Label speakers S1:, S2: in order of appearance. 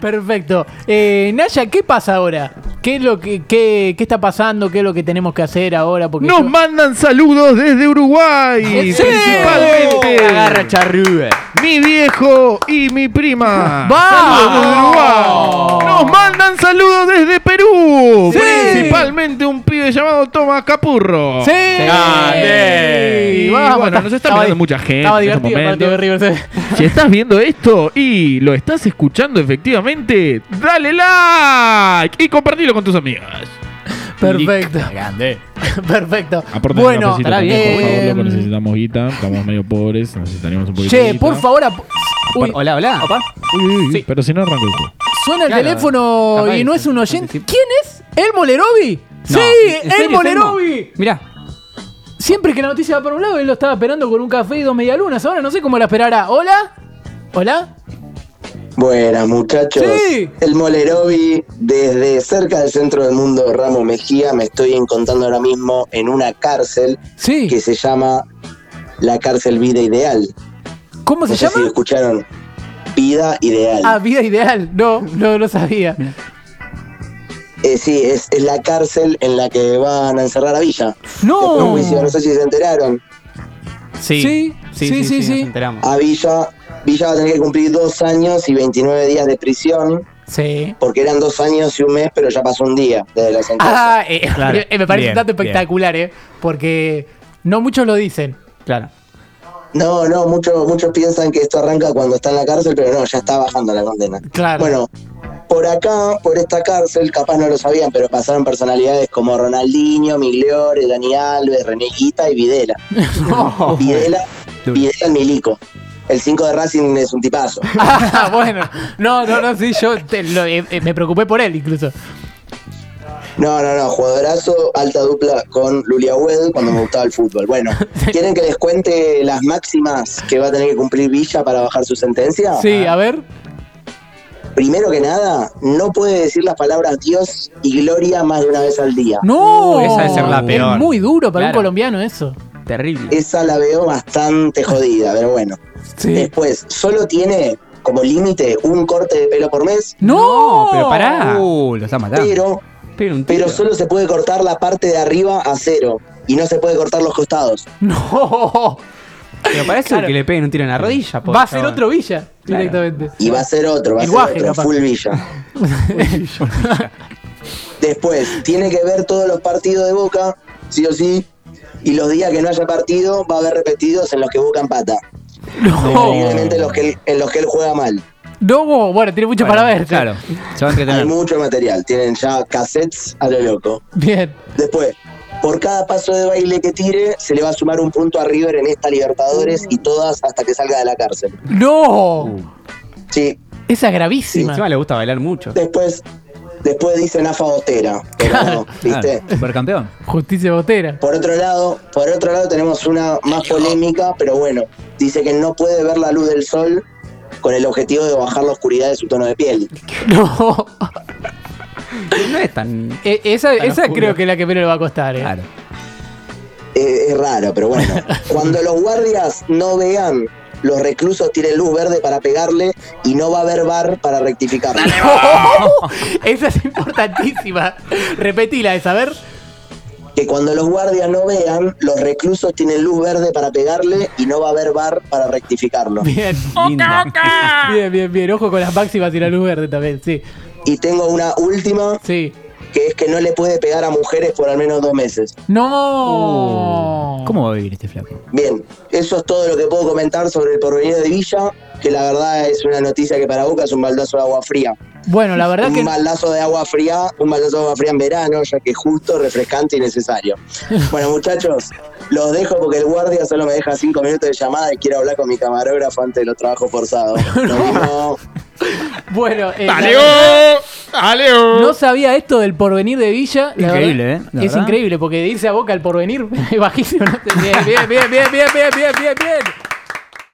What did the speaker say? S1: Perfecto. Eh, Naya, ¿qué pasa ahora? ¿Qué es lo que qué, qué está pasando? ¿Qué es lo que tenemos que hacer ahora? Porque
S2: Nos
S1: yo-
S2: mandan saludos desde Uruguay,
S1: ¡Sí!
S2: principalmente
S3: Agarra charrúa.
S2: mi viejo y mi prima.
S1: ¡Vamos!
S2: Saludos, Uruguay. Nos mandan saludos desde Perú,
S1: ¡Sí!
S2: principalmente un pibe llamado Tomás Capurro.
S1: ¡Sí!
S2: Grande.
S1: Y
S2: Y bueno, nos está
S1: estaba
S2: mirando
S1: di-
S2: mucha gente
S1: Estaba
S2: en este
S1: divertido el partido de River.
S2: Si estás viendo esto y lo estás escuchando efectivamente, dale like y compartilo con tus amigas.
S1: Perfecto,
S3: Grande.
S1: perfecto.
S4: Aporten una
S1: bueno, eh,
S4: pesita,
S1: estará
S4: gente, por favor,
S1: bien.
S4: loco, necesitamos guita, estamos medio pobres, necesitaríamos un poquito de
S1: che,
S4: guita.
S1: por favor, ap- uy,
S3: Hola, hola.
S4: Uy, uy, uy,
S1: Sí.
S4: Pero si no arranco el juego.
S1: suena el
S3: Claro,
S1: teléfono
S3: capaz
S1: y
S3: que
S1: no
S3: se-
S1: es un
S3: se
S1: oyente.
S3: anticipa.
S1: ¿Quién es? ¿El Molerovi?
S3: No,
S1: sí,
S3: ¿en serio,
S1: el Molerovi.
S3: Selmo? Mirá.
S1: Siempre que la noticia va para un lado, él lo estaba esperando con un café y dos medialunas. Ahora no sé cómo la esperará. ¿Hola? ¿Hola?
S5: Buenas muchachos,
S1: Sí.
S5: el Molerovi desde cerca del centro del mundo Ramo Mejía me estoy encontrando ahora mismo en una cárcel
S1: Sí.
S5: que se llama la cárcel Vida Ideal.
S1: ¿Cómo se
S5: no sé si
S1: llama?
S5: escucharon, Vida Ideal.
S1: Ah, vida ideal. No, no lo sabía.
S5: Eh, sí, es, es la cárcel en la que van a encerrar a Villa. Después de un
S1: No.
S5: juicio, no sé si se enteraron.
S3: Sí.
S1: Sí, sí, sí, sí.
S3: Nos enteramos.
S5: A Villa, Villa va a tener que cumplir dos años y 29 días de prisión,
S1: Sí.
S5: porque eran dos años y un mes, pero ya pasó un día desde la sentencia.
S1: Ah, eh,
S3: Claro.
S1: eh, me parece
S3: Bien,
S1: un dato
S3: bien.
S1: espectacular, ¿eh? Porque no muchos lo dicen.
S3: Claro.
S5: No, no, muchos muchos piensan que esto arranca cuando está en la cárcel, pero no, ya está bajando la condena.
S1: Claro.
S5: Bueno, por acá, por esta cárcel, capaz no lo sabían, pero pasaron personalidades como Ronaldinho, Migliore, Dani Alves, René Guita y Videla. Videla, Videla el milico. El 5 de Racing es un tipazo.
S1: Ah, bueno. No, no, no, sí, yo te- lo- eh, eh, me preocupé por él incluso.
S5: No, no, no, jugadorazo, alta dupla con Lulia Hued cuando me gustaba el fútbol. Bueno, ¿quieren que les cuente las máximas que va a tener que cumplir Villa para bajar su sentencia?
S1: Sí, a ver.
S5: Primero que nada, no puede decir las palabras Dios y gloria más de una vez al día.
S1: No.
S3: Uy, Uh, esa debe ser la peor.
S1: Es muy duro para un
S3: Claro.
S1: colombiano eso.
S3: Terrible.
S5: Esa la veo bastante jodida, pero bueno.
S1: Sí.
S5: Después, solo tiene como límite un corte de pelo por mes,
S1: No.
S3: pero pará. Uh, los ha matado.
S5: pero,
S3: Pero un
S5: pero
S3: tiro.
S5: solo se puede cortar la parte de arriba a cero y no se puede cortar los costados.
S1: No.
S3: Pero para eso
S1: Claro.
S3: que le peguen un tiro en la rodilla. po,
S1: Va a ser
S3: chabón.
S1: otro Villa
S3: Claro.
S1: directamente.
S5: Y va a ser otro, va a
S1: El
S5: ser
S1: guaje,
S5: otro,
S1: capaz.
S5: full Villa. Después, tiene que ver todos los partidos de Boca, sí o sí. Y los días que no haya partido, va a haber repetidos en los que Boca empata.
S1: Oh.
S5: Preferiblemente los que él- en los que él juega mal.
S1: No, bueno, tiene mucho para ver.
S3: Claro. Se va a
S5: Hay
S3: entretener.
S5: mucho material. Tienen ya cassettes a lo loco.
S1: Bien.
S5: Después, por cada paso de baile que tire, se le va a sumar un punto a River en esta Libertadores y todas hasta que salga de la cárcel.
S1: No.
S5: Sí.
S1: Esa es
S3: Sí,
S1: gravísima.
S3: Uh, encima le gusta bailar mucho.
S5: Después, después dicen AFA Botera. Pero no, ¿viste?
S3: Claro, supercampeón.
S1: Justicia botera.
S5: Por otro lado, por otro lado tenemos una más polémica, pero bueno, dice que no puede ver la luz del sol con el objetivo de bajar la oscuridad de su tono de piel.
S1: No.
S3: No es tan.
S1: E- esa
S3: Tan
S1: esa
S3: oscuro.
S1: creo que es la que menos le va a costar. ¿eh?
S3: Claro.
S5: Eh, es raro, pero bueno. Cuando los guardias no vean, los reclusos tienen luz verde para pegarle y no va a haber bar para rectificarlo.
S1: Esa es importantísima. Repetila esa, a ver.
S5: Que cuando los guardias no vean, los reclusos tienen luz verde para pegarle y no va a haber bar para rectificarlo.
S1: Bien.
S3: Linda.
S1: Bien, bien, bien. Ojo con las máximas y la luz verde también, sí.
S5: Y tengo una última,
S1: Sí.
S5: que es que no le puede pegar a mujeres por al menos dos meses.
S1: No.
S3: ¿Cómo va a vivir este flaco?
S5: Bien, eso es todo lo que puedo comentar sobre el porvenir de Villa, que la verdad es una noticia que para Boca es un baldazo de agua fría.
S1: Bueno, la verdad
S5: un
S1: que.
S5: baldazo de agua fría, un baldazo de agua fría en verano, ya que es justo, refrescante y necesario. Bueno, muchachos, los dejo porque el guardia solo me deja cinco minutos de llamada y quiero hablar con mi camarógrafo antes de los trabajos forzados. Nos vemos.
S1: Bueno, eh, la
S2: ¡Aleo!
S1: verdad,
S2: ¡Aleo!
S1: no sabía esto del porvenir de Villa. la
S3: Increíble,
S1: verdad,
S3: ¿eh? La
S1: es
S3: verdad.
S1: increíble, porque de irse a boca el porvenir es bajísimo. ¿no? Bien, bien, bien, bien, bien, bien, bien, bien, bien.